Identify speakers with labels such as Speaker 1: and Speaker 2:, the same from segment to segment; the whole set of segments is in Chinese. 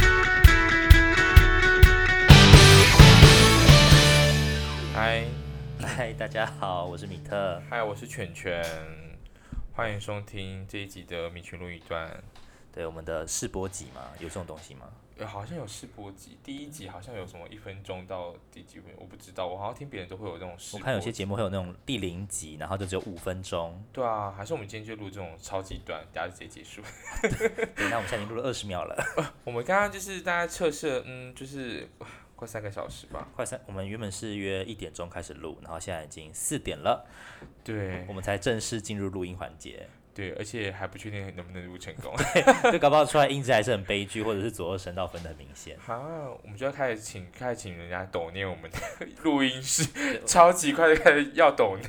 Speaker 1: 嗨，大家好，我是米特。
Speaker 2: 嗨，我是犬犬，欢迎收听这一集的米群录一段。
Speaker 1: 对，我们的试播集嘛，有这种东西吗？
Speaker 2: 呃，好像有试播集，第一集好像有什么一分钟到第几分，我不知道。我好像听别人都会有这种试
Speaker 1: 我
Speaker 2: 播。
Speaker 1: 看有些节目会有那种第零集，然后就只有五分钟。
Speaker 2: 对啊，还是我们今天就录这种超级短，大家直接结束。
Speaker 1: 对，那我们现在已经录了二十秒了，
Speaker 2: 我们刚刚就是大概测试了，嗯，就是 哇快三个小时吧。
Speaker 1: 快三。我们原本是约一点钟开始录，然后现在已经四点了，
Speaker 2: 对
Speaker 1: 我们才正式进入录音环节。
Speaker 2: 对，而且还不确定能不能录成功。
Speaker 1: 就搞不好出来音质还是很悲剧，或者是左右声道分的很明显。
Speaker 2: 哈，我们就要开始请开始请人家抖念我们的 录音室，超级快就开始要抖念。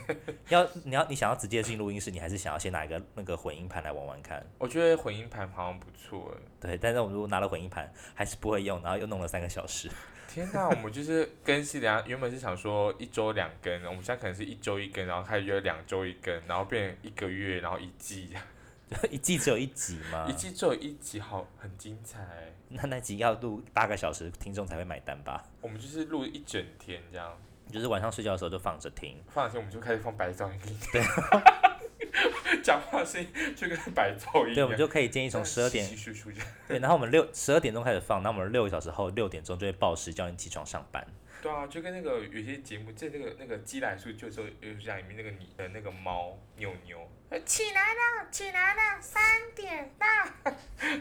Speaker 1: 要你要你想要直接进录音室，你还是想要先拿一个那个混音盘来玩玩看。
Speaker 2: 我觉得混音盘好像不错哎。
Speaker 1: 对，但是我们如果拿了混音盘还是不会用，然后又弄了三个小时。
Speaker 2: 天呐，我们就是更新两，原本是想说一周两更，我们现在可能是一周一更，然后开始约两周一更，然后变成一个月，然后一季，
Speaker 1: 一季只有一集嘛，
Speaker 2: 一季只有一集好，很精彩。
Speaker 1: 那那集要录八个小时，听众才会买单吧？
Speaker 2: 我们就是录一整天这样，
Speaker 1: 就是晚上睡觉的时候就放着听，
Speaker 2: 放心，我们就开始放白噪音。对， 讲话声音就跟白噪音一
Speaker 1: 对，我们
Speaker 2: 样。
Speaker 1: 就可以建议从十二点，
Speaker 2: 稀稀疏疏这样
Speaker 1: 对，然后我们六十二点钟开始放，那我们六个小时后六点钟就会报时叫你起床上班。
Speaker 2: 对啊，就跟那个有些节目，在那个那个《鸡来树救救》有像里面那个你的那个猫扭扭，
Speaker 3: 呃起来了，起来了，三点到。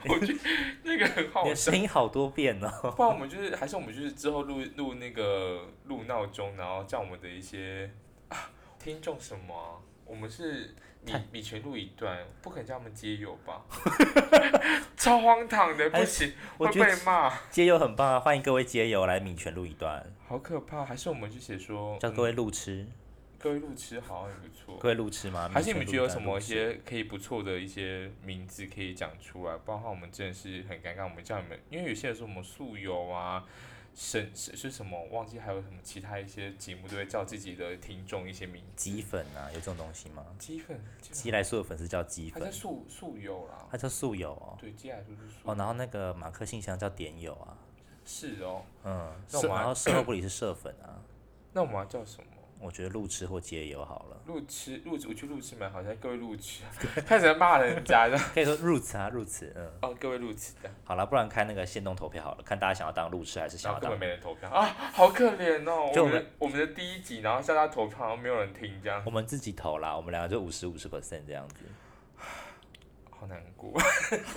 Speaker 2: 我觉得那个很好
Speaker 1: 你
Speaker 2: 笑
Speaker 1: 的。声音好多变哦，
Speaker 2: 不然我们就是，还是我们就是之后录录那个录闹钟，然后叫我们的一些啊听众什么啊、我们是米
Speaker 1: 太
Speaker 2: 米全录一段，不肯叫他们接友吧， 超荒唐的，不行，
Speaker 1: 我
Speaker 2: 会
Speaker 1: 觉得
Speaker 2: 被骂，
Speaker 1: 街友很棒啊，欢迎各位街友来米泉录一段，
Speaker 2: 好可怕。还是我们就写说，
Speaker 1: 叫各位路痴，
Speaker 2: 嗯各位路痴好像也不错。
Speaker 1: 各位路痴吗？
Speaker 2: 还是你
Speaker 1: 米
Speaker 2: 们
Speaker 1: 泉
Speaker 2: 觉得
Speaker 1: 录一
Speaker 2: 有
Speaker 1: 段
Speaker 2: 什么
Speaker 1: 路
Speaker 2: 一
Speaker 1: 痴
Speaker 2: 些可以不错的一些名字可以讲出来？不然的话，我们真的是很尴尬。我们叫你们，因为有些人说我们素友啊，神是是什么忘记，还有什么其他一些节目都会叫自己的听众一些名字。
Speaker 1: 鸡粉啊？有这种东西吗？
Speaker 2: 鸡粉，鸡粉
Speaker 1: 鸡来素的粉丝叫鸡
Speaker 2: 还是
Speaker 1: 粉，
Speaker 2: 素素友啦。
Speaker 1: 它叫素友哦。
Speaker 2: 对，鸡来说是素。
Speaker 1: 哦，然后那个马克信箱叫点友啊，
Speaker 2: 是哦，
Speaker 1: 嗯，
Speaker 2: 那我
Speaker 1: 社
Speaker 2: 们
Speaker 1: 然
Speaker 2: 还
Speaker 1: 后社后不理是社粉啊。
Speaker 2: 那我们要叫什么？
Speaker 1: 我觉得路痴或街友好了，
Speaker 2: 路痴，路痴，我去路痴门，好像各位路痴，啊 开始在骂人家的。
Speaker 1: 可以说入词啊，入词，嗯，
Speaker 2: 哦，各位路痴的，
Speaker 1: 好了，不然开那个限动投票好了，看大家想要当路痴还是
Speaker 2: 然
Speaker 1: 想
Speaker 2: 后
Speaker 1: 要
Speaker 2: 根
Speaker 1: 当
Speaker 2: 本没人投票啊，好可怜哦。
Speaker 1: 就
Speaker 2: 我
Speaker 1: 我们
Speaker 2: 们的我们的第一集，然后叫他投票，然后没有人听，这样
Speaker 1: 我们自己投啦，我们两个就五十五十 percent 这样子。
Speaker 2: 好难过。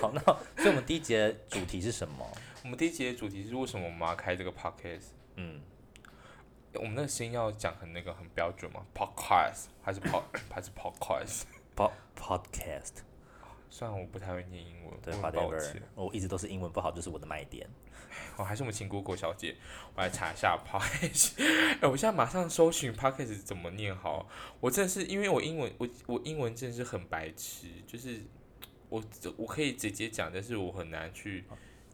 Speaker 1: 好，那所以我们第一节的主题是什么？
Speaker 2: 我们第一集的主题是为什么我们要开这个 podcast？
Speaker 1: 嗯，
Speaker 2: 我们那个声音要讲很那个很标准吗？podcast 还是 pod 还是 podcast？
Speaker 1: pod podcast
Speaker 2: 虽然我不太会念英文，
Speaker 1: 对
Speaker 2: 我很嗯抱
Speaker 1: ，whatever，
Speaker 2: 歉。
Speaker 1: 我一直都是英文不好，就是我的卖点。
Speaker 2: 哦，还是我们请 Google 小姐，我来查一下 podcast。哎、我现在马上搜寻 podcast 怎么念好。我真的是因为我英文，我我英文真的是很白痴，就是我我可以直接讲，但是我很难去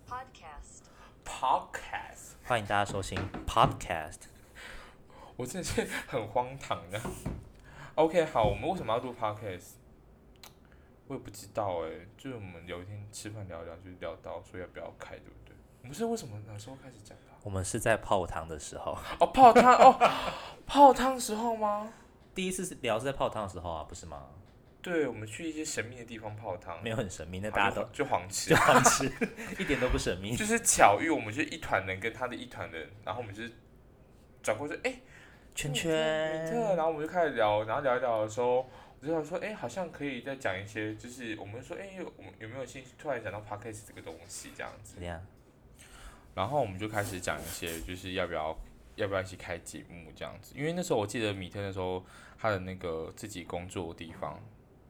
Speaker 3: Podcast。
Speaker 2: podcast。
Speaker 1: 欢迎大家收听 podcast。
Speaker 2: 我真的是很荒唐的。OK，好，我们为什么要录 podcast？我也不知道哎、就是我们有一天吃饭聊一聊，就聊到说要不要开，对不对？我们是为什么哪时候开始讲的啊？
Speaker 1: 我们是在泡汤的时候，
Speaker 2: 哦，泡汤哦， 泡汤时候吗？
Speaker 1: 第一次是聊是在泡汤的时候啊，不是吗？
Speaker 2: 对，我们去一些神秘的地方泡汤，
Speaker 1: 没有很神秘，那
Speaker 2: 好，
Speaker 1: 大家
Speaker 2: 就
Speaker 1: 都
Speaker 2: 黄就黄池
Speaker 1: 就，好吃， 一点都不神秘。
Speaker 2: 就是巧遇，我们就是一团人跟他的一团人，然后我们就是转过去，哎、
Speaker 1: 圈
Speaker 2: 米特，
Speaker 1: 圈，
Speaker 2: 然后我们就开始聊，然后聊一聊的时候，我就想说，哎、好像可以再讲一些，就是我们就说，哎、有我们有没有兴趣突然讲到 podcast 这个东西这样子，
Speaker 1: 怎样？
Speaker 2: 然后我们就开始讲一些，就是要不要要不要一起开节目这样子，因为那时候我记得米特那时候他的那个自己工作的地方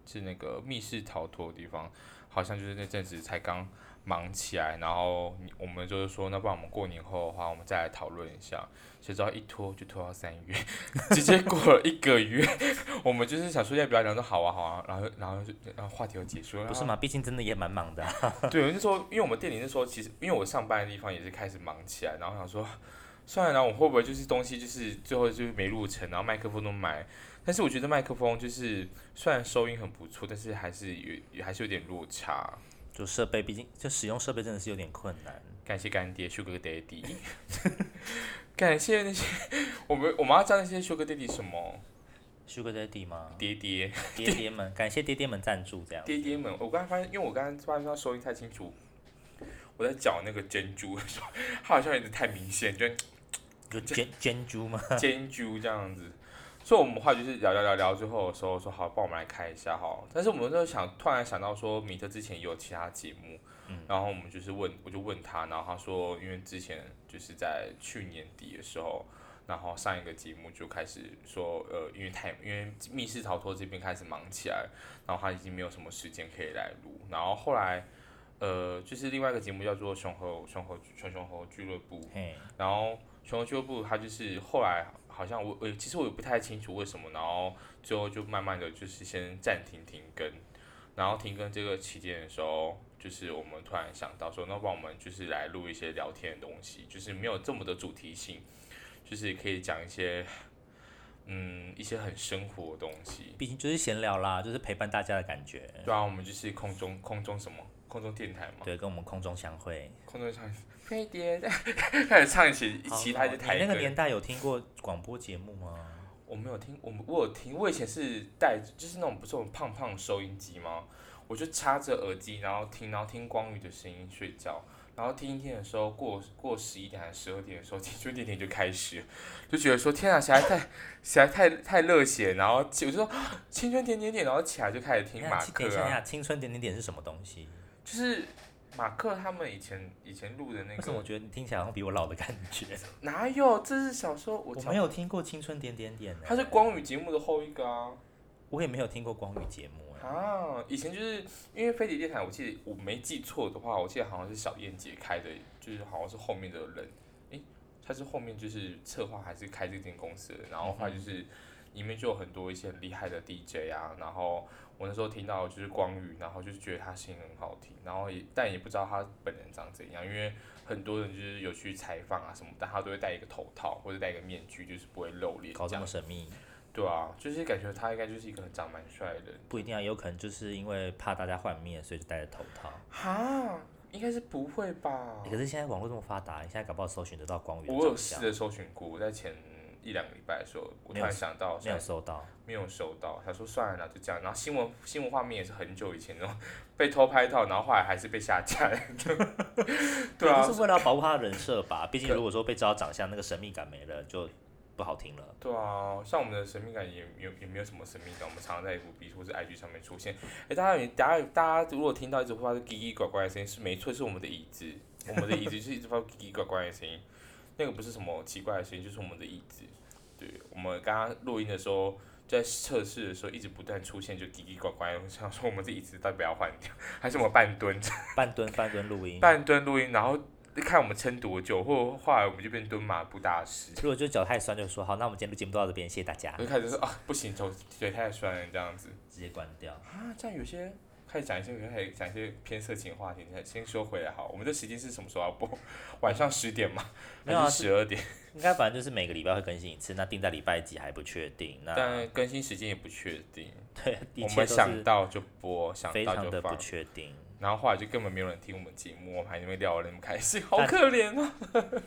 Speaker 2: 是那个密室逃脱的地方，好像就是那阵子才刚忙起来，然后你我们就是说，那不然我们过年后的话，我们再来讨论一下。谁知道一拖就拖到三月， 直接过了一个月，我们就是想说要不要聊，说好啊好啊，然后然后就然后话题就结束了，
Speaker 1: 不是嘛？毕竟真的也蛮忙的啊、
Speaker 2: 对，那时候因为我们店里那时候其实因为我上班的地方也是开始忙起来，然后想说，算了，然后我会不会就是东西就是最后就是没录成，然后麦克风都买，但是我觉得麦克风就是虽然收音很不错，但是还是有也还是有点落差。
Speaker 1: 就设备，毕竟就使用设备真的是有点困难。
Speaker 2: 感谢干爹 Sugar Daddy，感谢那些我们我们要叫那些 Sugar Daddy 什么
Speaker 1: Sugar Daddy 吗？
Speaker 2: 爹爹
Speaker 1: 爹爹们，感谢爹爹们赞助这样。
Speaker 2: 爹爹们，我刚才发现，因为我刚才突然收音太清楚，我在找那个珍珠 的时候，它好像有点太明显，就
Speaker 1: 就捐捐猪吗？
Speaker 2: 煎猪这样子。所以我们话就是聊聊聊聊，最后的时候说好，帮我们来开一下哈。但是我们就想，突然想到说，米特之前也有其他节目，然后我们就是问，我就问他，然后他说，因为之前就是在去年底的时候，然后上一个节目就开始说，呃，因为太因为密室逃脱这边开始忙起来，然后他已经没有什么时间可以来录，然后后来。呃，就是另外一个节目叫做熊猴熊猴熊熊猴俱乐部，
Speaker 1: 嘿，
Speaker 2: 然后熊熊俱乐部它就是后来好像我呃，其实我也不太清楚为什么，然后最后就慢慢的就是先暂停停更，然后停更这个期间的时候，就是我们突然想到说，那帮我们就是来录一些聊天的东西，就是没有这么的主题性，就是可以讲一些嗯一些很生活的东西。
Speaker 1: 毕竟就是闲聊啦，就是陪伴大家的感觉。
Speaker 2: 对啊，我们就是空中空中什么空中电台嘛，
Speaker 1: 对，跟我们空中相会。
Speaker 2: 空中唱飞碟， 开始唱起其他一些
Speaker 1: 好
Speaker 2: 台
Speaker 1: 你那个
Speaker 2: 歌
Speaker 1: 年代有听过广播节目吗？
Speaker 2: 我没有听，我们我有听，我以前是带就是那种不是那种胖胖的收音机吗？我就插着耳机，然后听，然后听光宇的声音睡觉，然后听一天的时候，过过十一点还是十二点的时候，青春点点就开始，就觉得说天啊，实在太实在太太热血，然后起我就说啊青春点点点，然后起来就开始听
Speaker 1: 等一下
Speaker 2: 马
Speaker 1: 哎等一
Speaker 2: 克
Speaker 1: 下，等一
Speaker 2: 啊，
Speaker 1: 下，青春点点点是什么东西？
Speaker 2: 就是马克他们以前以前录的那
Speaker 1: 为什么我
Speaker 2: 个，
Speaker 1: 觉得你听起来好像比我老的感觉？
Speaker 2: 哪有？这是小时候 我
Speaker 1: 我
Speaker 2: 才
Speaker 1: 没，有听过青春点点点、欸。
Speaker 2: 他是光宇节目的后一个啊。
Speaker 1: 我也没有听过光宇节目、欸。
Speaker 2: 啊，以前就是因为飞碟电台，我记得我没记错的话，我记得好像是小燕姐开的，就是好像是后面的人，诶、她是后面就是策划还是开这间公司的，然后她就是里面就有很多一些很厉害的 DJ 啊，然后我那时候听到就是光宇，然后就是觉得他声音很好听，然后也但也不知道他本人长怎样，因为很多人就是有去采访啊什么，但他都会戴一个头套或者戴一个面具，就是不会露脸
Speaker 1: 搞
Speaker 2: 这
Speaker 1: 这
Speaker 2: 样
Speaker 1: 么，神秘，
Speaker 2: 对啊，就是感觉他应该就是一个很长蛮帅的人。
Speaker 1: 不一定啊，有可能就是因为怕大家幻灭，所以就戴着头套。
Speaker 2: 哈，应该是不会吧
Speaker 1: 欸可？是现在网络这么发达，你现在搞不好搜寻得到光宇的
Speaker 2: 我有
Speaker 1: 长
Speaker 2: 试
Speaker 1: 相，
Speaker 2: 着搜寻过，我在前一两个礼拜的时候，我突
Speaker 1: 没有
Speaker 2: 然想到，
Speaker 1: 没有搜到。
Speaker 2: 没有收到，他说算了啦，就这样。然后新闻新闻画面也是很久以前那种被偷拍到，然后后来还是被下架了。对啊
Speaker 1: 就，是为了要保护他的人设吧。毕竟
Speaker 2: 可
Speaker 1: 如果说被知道长相，那个神秘感没了，就不好听了。
Speaker 2: 对啊，像我们的神秘感也也也没有什么神秘感，我们常常在 FB 或是 IG 上面出现。哎、大家有大家大家如果听到一直发出叽叽呱呱的声音，是没错，是我们的椅子，我们的椅子就是一直发出叽叽呱呱的声音，那个不是什么奇怪的声音，就是我们的椅子。对，我们刚刚录音的时候，在测试的时候一直不断出现就叽叽呱呱，我想说我们这椅子到底不要换掉，还是我们半蹲
Speaker 1: 半蹲半蹲录音，
Speaker 2: 半蹲录音，然后看我们撑多久，或后来我们就变蹲马步大师。
Speaker 1: 如果就脚太酸，就说好，那我们今天录节目到这边，谢谢大家
Speaker 2: 我，就开始说啊，不行，手腿太酸了这样子
Speaker 1: 直接关掉。
Speaker 2: 啊，这样有些 开始讲一些，开始讲一些偏色情话题，先先说回来好，我们这时间是什么时候要播？ 晚上十点吗？
Speaker 1: 没有啊
Speaker 2: 还是十二点？
Speaker 1: 应该反正就是每个礼拜会更新一次，那定在礼拜几还不确定。那
Speaker 2: 但更新时间也不确定，
Speaker 1: 对，一
Speaker 2: 我
Speaker 1: 切
Speaker 2: 们
Speaker 1: 啊都
Speaker 2: 想
Speaker 1: 是
Speaker 2: 到就播，想
Speaker 1: 非
Speaker 2: 到
Speaker 1: 常
Speaker 2: 就
Speaker 1: 的不
Speaker 2: 放。
Speaker 1: 确定。
Speaker 2: 然后后来就根本没有人听我们节目，我们还在那边聊得那么开 心，好可怜啊！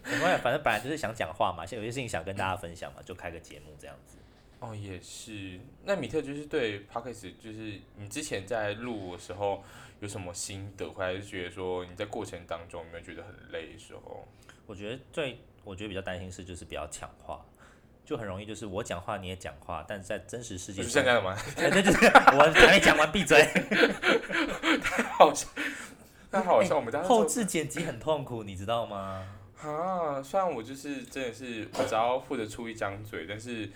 Speaker 1: 没关系，反正本来就是想讲话嘛，现在有些事情想跟大家分享嘛，就开个节目这样子。
Speaker 2: 哦，也是。那米特就是对 p o c k e t 就是你之前在录的时候有什么心得，或者是觉得说你在过程当中有没有觉得很累的时候？
Speaker 1: 我觉得最我觉得比较担心是就是比较抢话，就很容易就是我讲话你也讲话，但是在真实世界
Speaker 2: 就是
Speaker 1: 中
Speaker 2: 现，在吗？
Speaker 1: 哎对就是我还没讲完，闭嘴。
Speaker 2: 好像， 那好像我们家那时候
Speaker 1: 后置剪辑很痛苦，你知道吗？
Speaker 2: 啊，虽然我就是真的是我只要负责出一张嘴，但是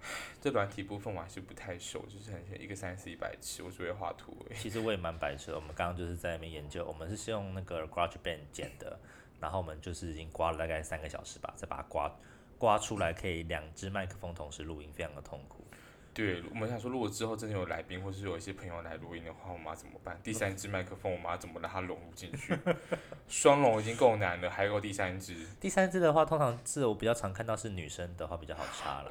Speaker 2: 唉这软体部分我还是不太熟，就是很像一个三四一百尺，我只会画图而已。
Speaker 1: 其实我也蛮白痴的，我们刚刚就是在那边研究，我们是用那个 GarageBand 剪的，然后我们就是已经刮了大概三个小时吧，再把它刮刮出来，可以两只麦克风同时录音，非常的痛苦。
Speaker 2: 对，我们想说，如果之后真的有来宾或是有一些朋友来录音的话，我们要怎么办？第三支麦克风，我们要怎么让它融入进去？ 双融已经够难了，还有第三支，
Speaker 1: 第三只的话，通常是我比较常看到是女生的话比较好插了。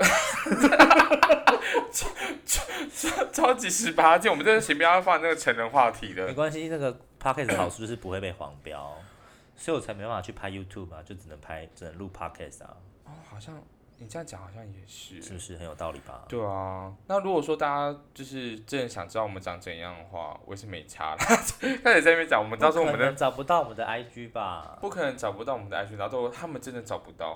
Speaker 2: 超级十八禁。我们这前面要放那个成人话题
Speaker 1: 没
Speaker 2: 的，
Speaker 1: 关系，那个 podcast 的好处就是不会被黄标，所以我才没办法去拍 YouTube 嘛，就只能拍只能录 podcast 啊。
Speaker 2: 哦，好像你这样讲好像也是，
Speaker 1: 是不是很有道理吧？
Speaker 2: 对啊，那如果说大家就是真的想知道我们长怎样的话，我也是没差啦。开始在那边讲，我们到时候我们
Speaker 1: 不可
Speaker 2: 的
Speaker 1: 能找不到我们的 IG 吧？
Speaker 2: 不可能找不到我们的 IG，然后都他们真的找不到。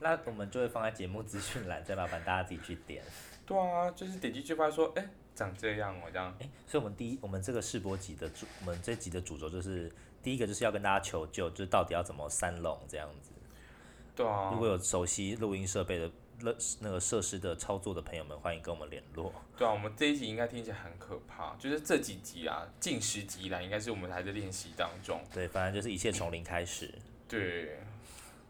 Speaker 1: 那我们就会放在节目资讯栏，再麻烦大家自己去点。
Speaker 2: 对啊，就是点进去发现说，哎、长这样哦、这样。
Speaker 1: 诶所以我们第一，我们这个世博集的主，我们这集的主轴就是第一个就是要跟大家求救，就是到底要怎么三龙这样子。
Speaker 2: 对啊
Speaker 1: 如，果有熟悉录音设备的乐那个设施的操作的朋友们，欢迎跟我们联络。
Speaker 2: 对啊，我们这一集应该听起来很可怕，就是这几集啊，近十集以来，应该是我们还在练习当中。
Speaker 1: 对，反正就是一切从零开始。
Speaker 2: 对，哇，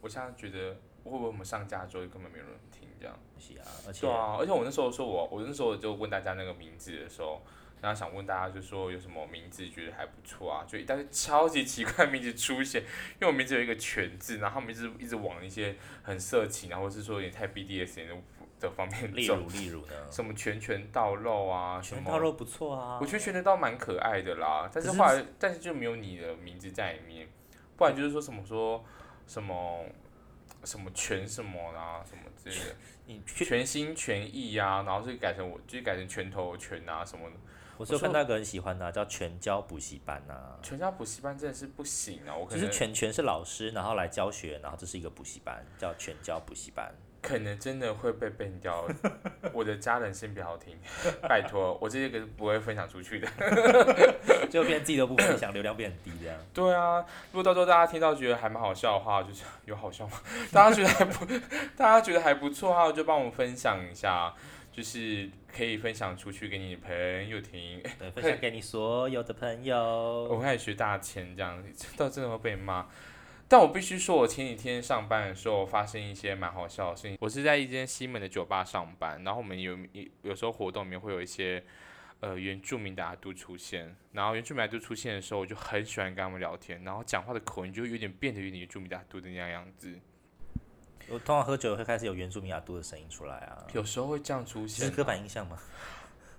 Speaker 2: 我现在觉得会不会我们上架之后根本没有人听这样？
Speaker 1: 是啊，而且
Speaker 2: 对啊，而且我那时候说我，我那时候就问大家那个名字的时候，然后想问大家就说有什么名字觉得还不错啊，就一大堆超级奇怪的名字出现，因为我名字有一个全字，然后他们一直一直往一些很色情，啊然后或是说有点太 BDS 的的方面
Speaker 1: 例
Speaker 2: 走，
Speaker 1: 如例如呢，
Speaker 2: 什么拳拳到肉啊，什
Speaker 1: 全
Speaker 2: 么
Speaker 1: 套肉不错啊
Speaker 2: 我。觉得全能道蛮可爱的啦，但是
Speaker 1: 可是
Speaker 2: 后来但是就没有你的名字在里面，不然就是说什么说什么什么全什么啦、什么之类的，
Speaker 1: 你去，
Speaker 2: 全心全意啊，然后就改成我就改成拳头的拳啊什么的，
Speaker 1: 我是有看到一个人喜欢的啊、叫全教补习班啊。
Speaker 2: 全家补习班真的是不行啊，我可
Speaker 1: 就是
Speaker 2: 能
Speaker 1: 全全是老师，然后来教学，然后这是一个补习班，叫全教补习班。
Speaker 2: 可能真的会被 ban 掉，我的家人先不要听， 拜托，我这个不会分享出去的。
Speaker 1: 就变自己都不分享，流量变很低这样。
Speaker 2: 对啊，如果到时候大家听到觉得还蛮好笑的话，就是 有好笑吗？大家觉得还不，大家觉得还不错的话，就帮我们分享一下，就是可以分享出去给你的朋友听。
Speaker 1: 对，分享给你所有的朋友。
Speaker 2: 我开始学大千这样， 到真的会被骂。但我必须说，我前几天上班的时候发生一些蛮好笑的事情。我是在一间西门的酒吧上班，然后我们有有有时候活动里面会有一些呃原住民的阿杜出现，然后原住民阿杜出现的时候，我就很喜欢跟他们聊天，然后讲话的口音就有点变得有点原住民的阿杜的那样样子，
Speaker 1: 我通常喝酒会开始有原住民阿杜的声音出来啊，
Speaker 2: 有时候会这样出
Speaker 1: 这
Speaker 2: 现
Speaker 1: 是。刻板印象吗？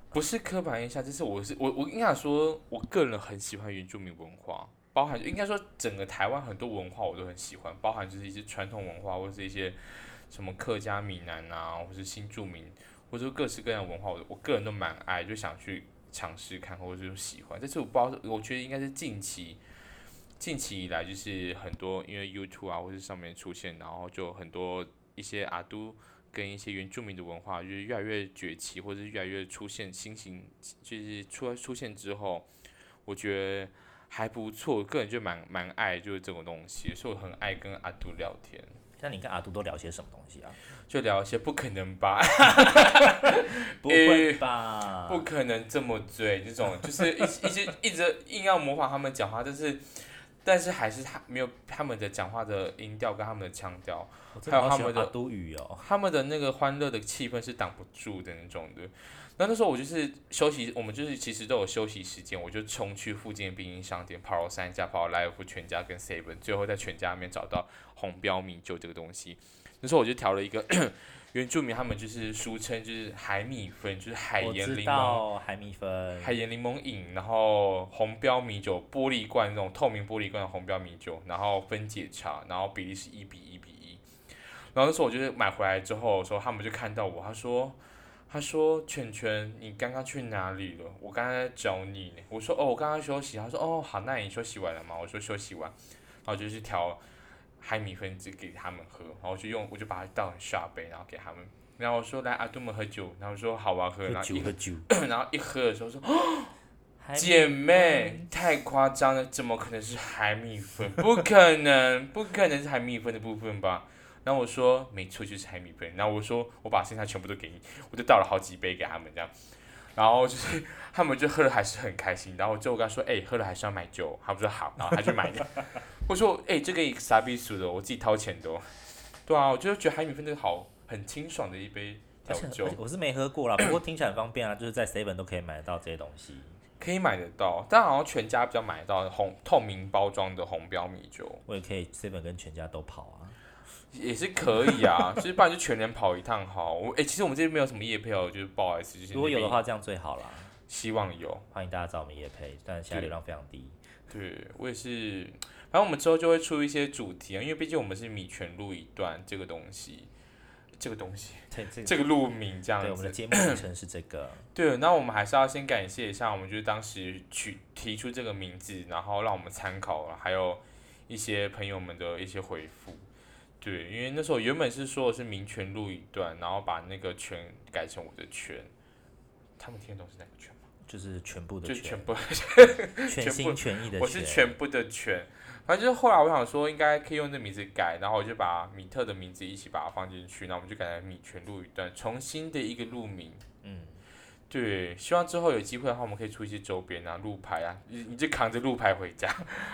Speaker 2: 不是刻板印象，就是我是我我应该说，我个人很喜欢原住民文化，包含应该说整个台湾很多文化我都很喜欢，包含就是一些传统文化，或是一些什么客家、闽南啊，或是新住民，或者说各式各样的文化，我我个人都蛮爱，就想去尝试看，或者是喜欢。但是我不知道，我觉得应该是近期近期以来，就是很多因为 YouTube 啊，或是上面出现，然后就很多一些阿都。跟一些原住民的文化就是越来越崛起，或者是越来越出现新型，就是出出现之后，我觉得还不错，我个人就蛮蛮爱就是这种东西，所以我很爱跟阿杜聊天，
Speaker 1: 像你跟阿杜都聊些什么东西啊？
Speaker 2: 就聊一些不可能吧，
Speaker 1: 不会吧？
Speaker 2: 不可能这么追这种，就是一一些一直硬要模仿他们讲话，但是但是还是他没有他们的讲话的音调跟他们的腔调，
Speaker 1: 我真的好喜
Speaker 2: 还有他们
Speaker 1: 欢
Speaker 2: 的
Speaker 1: 阿杜语哦。
Speaker 2: 他们的那个欢乐的气氛是挡不住的那种的。然后那时候我就是休息，我们就是其实都有休息时间，我就冲去附近的便利商店，跑了三家，跑了莱尔夫、全家跟 seven，最后在全家里面找到红标米酒这个东西。那时候我就调了一个 原住民，他们就是俗称就是海米粉，就是海
Speaker 1: 我
Speaker 2: 盐
Speaker 1: 知
Speaker 2: 柠檬。
Speaker 1: 道海蜜蜂，
Speaker 2: 海盐柠檬饮，然后红标米酒，玻璃罐那种透明玻璃罐的红标米酒，然后分解茶，然后比例是一比一比一。然后那时候我就是买回来之后的时候，他们就看到我，他说，他说圈圈，你刚刚去哪里了？我刚刚在找你呢。我说哦，我刚刚休息。他说哦，好，那你休息完了吗？我说休息完，然后就去调海米分子给他们喝，然后就用我就把它倒成下杯，然后给他们。然后我说来阿杜们喝酒，然后我说好我要喝，然
Speaker 1: 喝
Speaker 2: 后
Speaker 1: 酒
Speaker 2: 一
Speaker 1: 喝酒。
Speaker 2: 然后一喝的时候说。
Speaker 1: 海蜜
Speaker 2: 姐妹，太夸张了，怎么可能是海米粉？ 不可能，不可能是海米粉的部分吧？然后我说，没错，就是海米粉。然后我说，我把剩下全部都给你，我就倒了好几杯给他们这样。然后就是 他们就喝了还是很开心。然后最后我跟他说，哎、喝了还是要买酒。他们说好，然后他就买的。 我说，哎、这个也傻逼数的，我自己掏钱的、哦。对啊，我就觉得海米粉这个好，很清爽的一杯
Speaker 1: 而
Speaker 2: 调
Speaker 1: 且
Speaker 2: 酒
Speaker 1: 而且。我是没喝过啦，不过听起来很方便啊，就是在 Seven 都可以买得到这些东西。
Speaker 2: 可以买得到，但好像全家比较买得到红透明包装的红标米酒
Speaker 1: 我也可以 Seven 跟全家都跑啊。
Speaker 2: 也是可以 啊，就是不然就全年跑一趟好。我哎、其实我们这边没有什么夜配哦，就是不好意思，就是
Speaker 1: 如果有的
Speaker 2: 那边，
Speaker 1: 话，这样最好啦。
Speaker 2: 希望有。
Speaker 1: 欢迎大家找我们夜配，但现在流量非常低。
Speaker 2: 对我也是，反正我们之后就会出一些主题啊，因为毕竟我们是米全录一段这个东西，这个东西，
Speaker 1: 对这个
Speaker 2: 这个路名这样
Speaker 1: 对我
Speaker 2: 子
Speaker 1: 们的。节目名称是这个，
Speaker 2: 对，那我们还是要先感谢一下，我们就是当时去提出这个名字，然后让我们参考，还有一些朋友们的一些回复。对，因为那时候原本是说的是民权路一段，然后把那个圈改成我的圈，他们听得懂是哪个圈吗？
Speaker 1: 就是全部的
Speaker 2: 就是全
Speaker 1: 全，
Speaker 2: 部，
Speaker 1: 全
Speaker 2: 部
Speaker 1: 心全意的
Speaker 2: 我是全部的全。反正就是后来我想说，应该可以用这名字改，然后我就把米特的名字一起把它放进去，那我们就改成米泉路一段，重新的一个路名。
Speaker 1: 嗯，
Speaker 2: 对，希望之后有机会的话，我们可以出一些周边啊，路牌啊，你你就扛着路牌回家，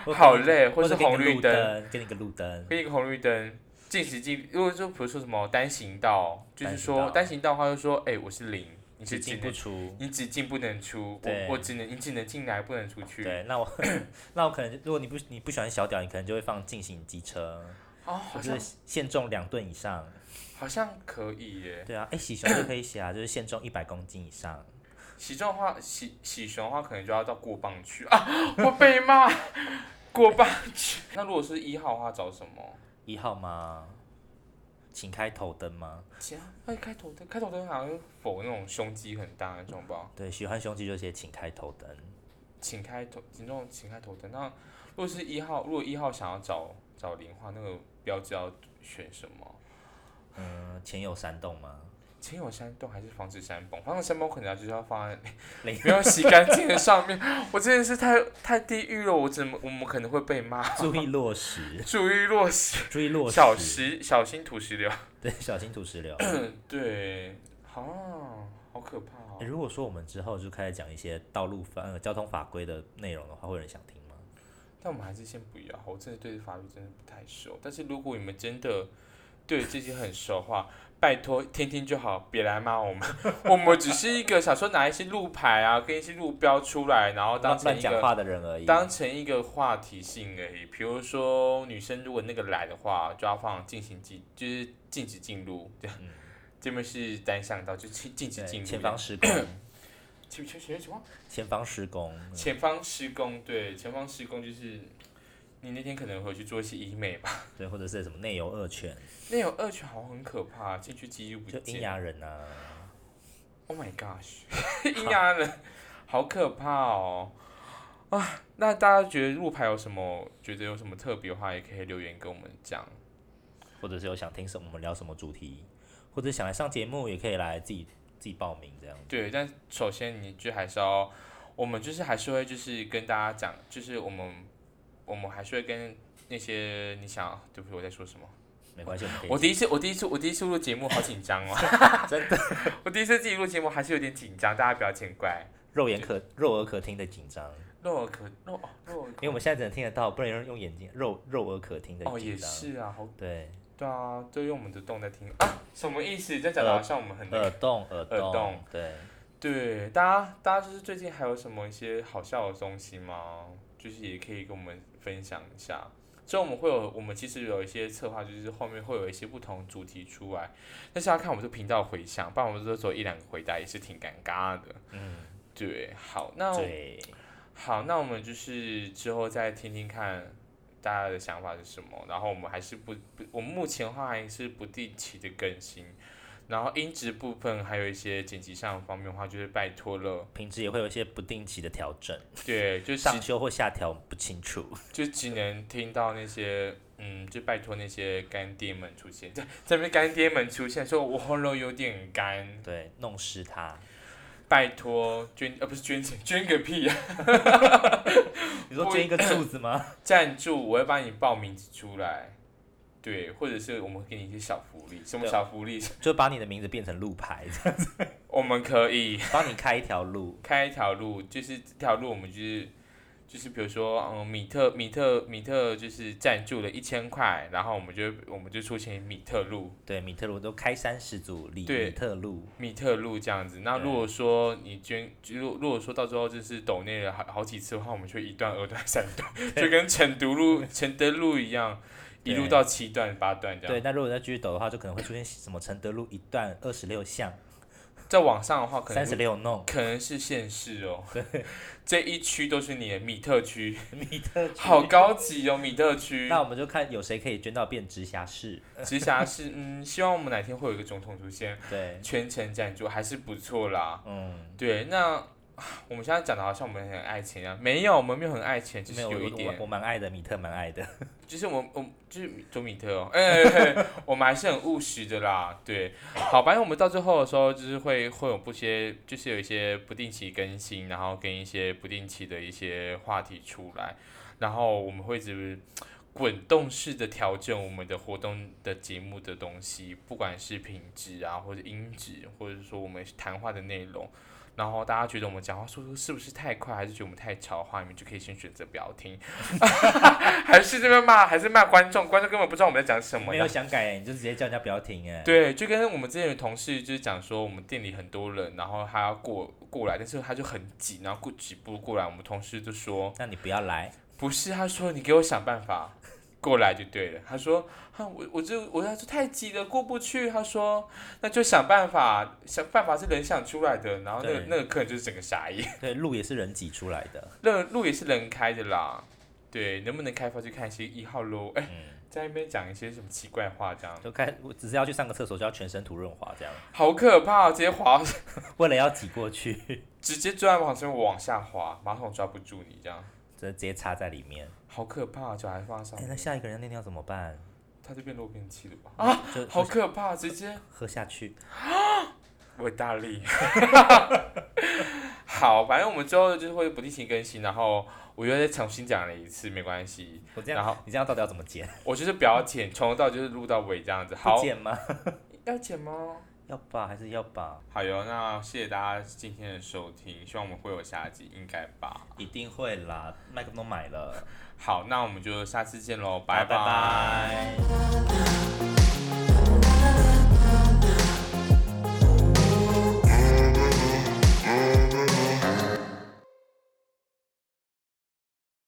Speaker 1: 或者
Speaker 2: 好累，
Speaker 1: 或
Speaker 2: 或是
Speaker 1: 给你
Speaker 2: 红
Speaker 1: 个
Speaker 2: 绿
Speaker 1: 路
Speaker 2: 灯，
Speaker 1: 灯，给你个路灯，
Speaker 2: 跟一个红绿灯，禁时禁，如果说比如说什么单行道，就是
Speaker 1: 单行
Speaker 2: 说
Speaker 1: 道
Speaker 2: 单行道的话，就说，哎、我是零，你是
Speaker 1: 只
Speaker 2: 进
Speaker 1: 进
Speaker 2: 不
Speaker 1: 不，出。
Speaker 2: 你只进不能出，我
Speaker 1: 对
Speaker 2: 我只能你只能进来不能出去，
Speaker 1: 对，那我 那我可能，如果你不你不喜欢小屌，你可能就会放进行机车，
Speaker 2: 哦，
Speaker 1: 或
Speaker 2: 好
Speaker 1: 者
Speaker 2: 像
Speaker 1: 是限重两吨以上。
Speaker 2: 好像可以耶。
Speaker 1: 对啊，哎，喜熊就可以写啊，就是限重一百公斤以上。
Speaker 2: 喜中的话，喜喜熊的话，可能就要到过磅去啊，我被骂， 过磅去。那如果是一号的话，找什么？
Speaker 1: 一号吗？请开头灯吗？
Speaker 2: 行啊，那开头灯，开头灯好像否那种胸肌很大那种吧？
Speaker 1: 对，喜欢胸肌就写请开头灯。
Speaker 2: 请开头，请这种请开头灯。那如果是一号，如果一号想要找找零的话，那个标志要选什么？
Speaker 1: 嗯，前有山洞 吗？
Speaker 2: 前有山洞还是防止山崩？防止山崩可能要就是要放在
Speaker 1: 零
Speaker 2: 没有洗干净的上面。我真的是太太地狱了，我怎么我们可能会被骂？
Speaker 1: 注意落石，
Speaker 2: 注意落实，
Speaker 1: 注意落石，
Speaker 2: 小石小心土石流。
Speaker 1: 对，小心 土石流。
Speaker 2: 对，好、好可怕哦
Speaker 1: 欸。如果说我们之后就开始讲一些道路法、呃、交通法规的内容的话，会有人想听吗？
Speaker 2: 但我们还是先不要，我真的对法律真的不太熟。但是如果你们真的对这些很熟的话，拜托听听就好，别来骂 我们。我们只是一个想说拿一些路牌啊，跟一些路标出来，然后当
Speaker 1: 乱
Speaker 2: 成
Speaker 1: 乱
Speaker 2: 一
Speaker 1: 讲
Speaker 2: 个
Speaker 1: 话的人而已。
Speaker 2: 当成一个话题性而已。比如说女生如果那个来的话，就要放进行进，就是禁止进入。对，
Speaker 1: 嗯
Speaker 2: 这边是单向道，就禁禁止
Speaker 1: 对
Speaker 2: 进入。
Speaker 1: 前方 施工，
Speaker 2: 前前前什么？
Speaker 1: 前方施工，嗯
Speaker 2: 前方施工，对，前方施工就是你那天可能回去做一些医美吧。
Speaker 1: 对，或者是什么内有恶犬，
Speaker 2: 那有恶犬好像很可怕，进去几乎不
Speaker 1: 就阴
Speaker 2: 见。
Speaker 1: 阳人啊，
Speaker 2: Oh my gosh，阴 阳人好可怕哦！啊，那大家觉得路牌有什么？觉得有什么特别的话，也可以留言跟我们讲。
Speaker 1: 或者是有想听什么，我们聊什么主题，或者想来上节目，也可以来自己自己报名这样。
Speaker 2: 对，但首先你就还是要，我们就是还是会就是跟大家讲，就是我们我们还是会跟那些你想，对不起，我在说什么？
Speaker 1: 没关系，我们可以
Speaker 2: 我第一次，我第一次，我第一次录节目，好紧张哦！
Speaker 1: 真的
Speaker 2: 我第一次自己录节目，还是有点紧张，大家不要见怪。
Speaker 1: 肉眼可肉耳可听的紧张，
Speaker 2: 肉耳可肉哦肉耳可
Speaker 1: 因为我们现在只能听得到，不能用用眼睛肉肉耳可听的
Speaker 2: 哦也
Speaker 1: 紧张。
Speaker 2: 是啊，好
Speaker 1: 对，
Speaker 2: 对啊，就用我们的洞在听啊，什么意思？这样讲
Speaker 1: 呃
Speaker 2: 的好像我们很那个
Speaker 1: 耳洞耳
Speaker 2: 耳洞
Speaker 1: 洞，对。
Speaker 2: 对，大家大家就是最近还有什么一些好笑的东西吗？就是也可以跟我们分享一下。之后我们会有，我们其实有一些策划，就是后面会有一些不同主题出来，但是要看我们这频道回响，不然我们这时候一两个回答也是挺尴尬的。
Speaker 1: 嗯，
Speaker 2: 对，好，那
Speaker 1: 对，
Speaker 2: 好，那我们就是之后再听听看大家的想法是什么，然后我们还是不不，我们目前的话还是不定期的更新，然后音质部分还有一些剪辑上方面的话，就是拜托了，
Speaker 1: 平时也会有一些不定期的调整，
Speaker 2: 对，就是
Speaker 1: 上修或下调不清楚。
Speaker 2: 就只能听到那些，嗯，就拜托那些干爹们出现，在这边干爹们出现，说我喉咙有点干，
Speaker 1: 对，弄湿它。
Speaker 2: 拜托捐，呃，不是捐钱，捐个屁呀、
Speaker 1: 你说捐一个柱子 吗？
Speaker 2: 赞助，我会帮你报名字出来。对，或者是我们给你一些小福利，什么
Speaker 1: 对
Speaker 2: 小福利？
Speaker 1: 就把你的名字变成路牌，
Speaker 2: 我们可以
Speaker 1: 帮你开一条路。
Speaker 2: 开一条路，就是这条路我们就是就是比如说，嗯，米特米特米特就是赞助了一千块，然后我们就我们就出钱米特路
Speaker 1: 对，米特路都开山始祖李
Speaker 2: 对
Speaker 1: 米特路，
Speaker 2: 米特路这样子。那如果说你捐，如如果说到最后就是抖内了好好几次的话，我们就一段、二段、三 段，就跟成都路、承德路一样，一路
Speaker 1: 对
Speaker 2: 到七段、八段这样。
Speaker 1: 对。那如果再继续走的话，就可能会出现什么承德路一段二十六巷，
Speaker 2: 在网上的话，可能
Speaker 1: 三十
Speaker 2: 会
Speaker 1: 六弄
Speaker 2: 可能是县市 哦，这一区都是你的米特区，
Speaker 1: 米特区
Speaker 2: 好高级哦，米特区
Speaker 1: 那。我们就看有谁可以捐到变直辖市。
Speaker 2: 直辖市，嗯，希望我们哪天会有一个总统出现，
Speaker 1: 对，
Speaker 2: 全程赞助还是不错啦。
Speaker 1: 嗯，
Speaker 2: 对，那 啊我们现在讲的好像我们很爱钱一样，没有，我们没有很爱钱，只
Speaker 1: 没
Speaker 2: 是
Speaker 1: 有
Speaker 2: 有一
Speaker 1: 我我
Speaker 2: 点，，Oh
Speaker 1: 我蛮爱的，米特蛮爱的。
Speaker 2: 就是我我就是周米 特哦，哎、哎哎我们还是很务实的啦。对，好，反正我们到最后的时候，就是会会有不些，就是有一些不定期更新，然后跟一些不定期的一些话题出来，然后我们会一直滚动式的调整我们的活动的节目的东西，不管是品质啊，或者音质，或者是说我们谈话的内容。然后大家觉得我们讲话速度是不是太快，还是觉得我们太吵的话，你们就可以先选择不要听， 还是这边骂，还是骂观众，观众根本不知道我们在讲什么。
Speaker 1: 没有想改，你就直接叫人家不要停哎。
Speaker 2: 对，就跟我们之前的同事就是讲说，我们店里很多人，然后他要过过来，但是他就很挤，然后过几步过来，我们同事就说
Speaker 1: 那你不要来，
Speaker 2: 不是，他说你给我想办法过来就对了。他说哈，我我就我要是太挤了过不去，他说那就想办法，想办法是人想出来的。然后那个
Speaker 1: 对
Speaker 2: 那个客人就是整个傻眼，
Speaker 1: 对，路也是人挤出来的。
Speaker 2: 那路也是人开的啦。对，能不能开发就看一些一号喽。哎、
Speaker 1: 嗯，
Speaker 2: 在那边讲一些什么奇怪话，这样
Speaker 1: 就看我只是要去上个厕所就要全身涂润滑这样，
Speaker 2: 好可怕、哦，直接滑
Speaker 1: 为了要挤过去，
Speaker 2: 直接抓马桶往下滑，马桶抓不住你，这样
Speaker 1: 直接插在里面。
Speaker 2: 好可怕，脚还放在上
Speaker 1: 哎，那
Speaker 2: 面，
Speaker 1: 下一个人尿尿怎么办？
Speaker 2: 它就变漏便器了吧？啊，
Speaker 1: 就
Speaker 2: 好可怕，直接
Speaker 1: 喝下去。
Speaker 2: 伟大力。 好，反正我们之后就是会不定期更新，然后我又再重新讲了一次，没关系。
Speaker 1: 我这
Speaker 2: 然后
Speaker 1: 样，你这样到底要怎么剪？
Speaker 2: 我就是不要剪，从头到尾就是录到尾这样子。好
Speaker 1: 不，剪吗？
Speaker 2: 要剪吗？
Speaker 1: 要吧，还是要吧？
Speaker 2: 好哟，那谢谢大家今天的收听，希望我们会有下集，应该吧。
Speaker 1: 一定会啦，麦克风都买了。
Speaker 2: 好，那我们就下次见喽，
Speaker 1: 拜
Speaker 2: 拜
Speaker 1: 拜。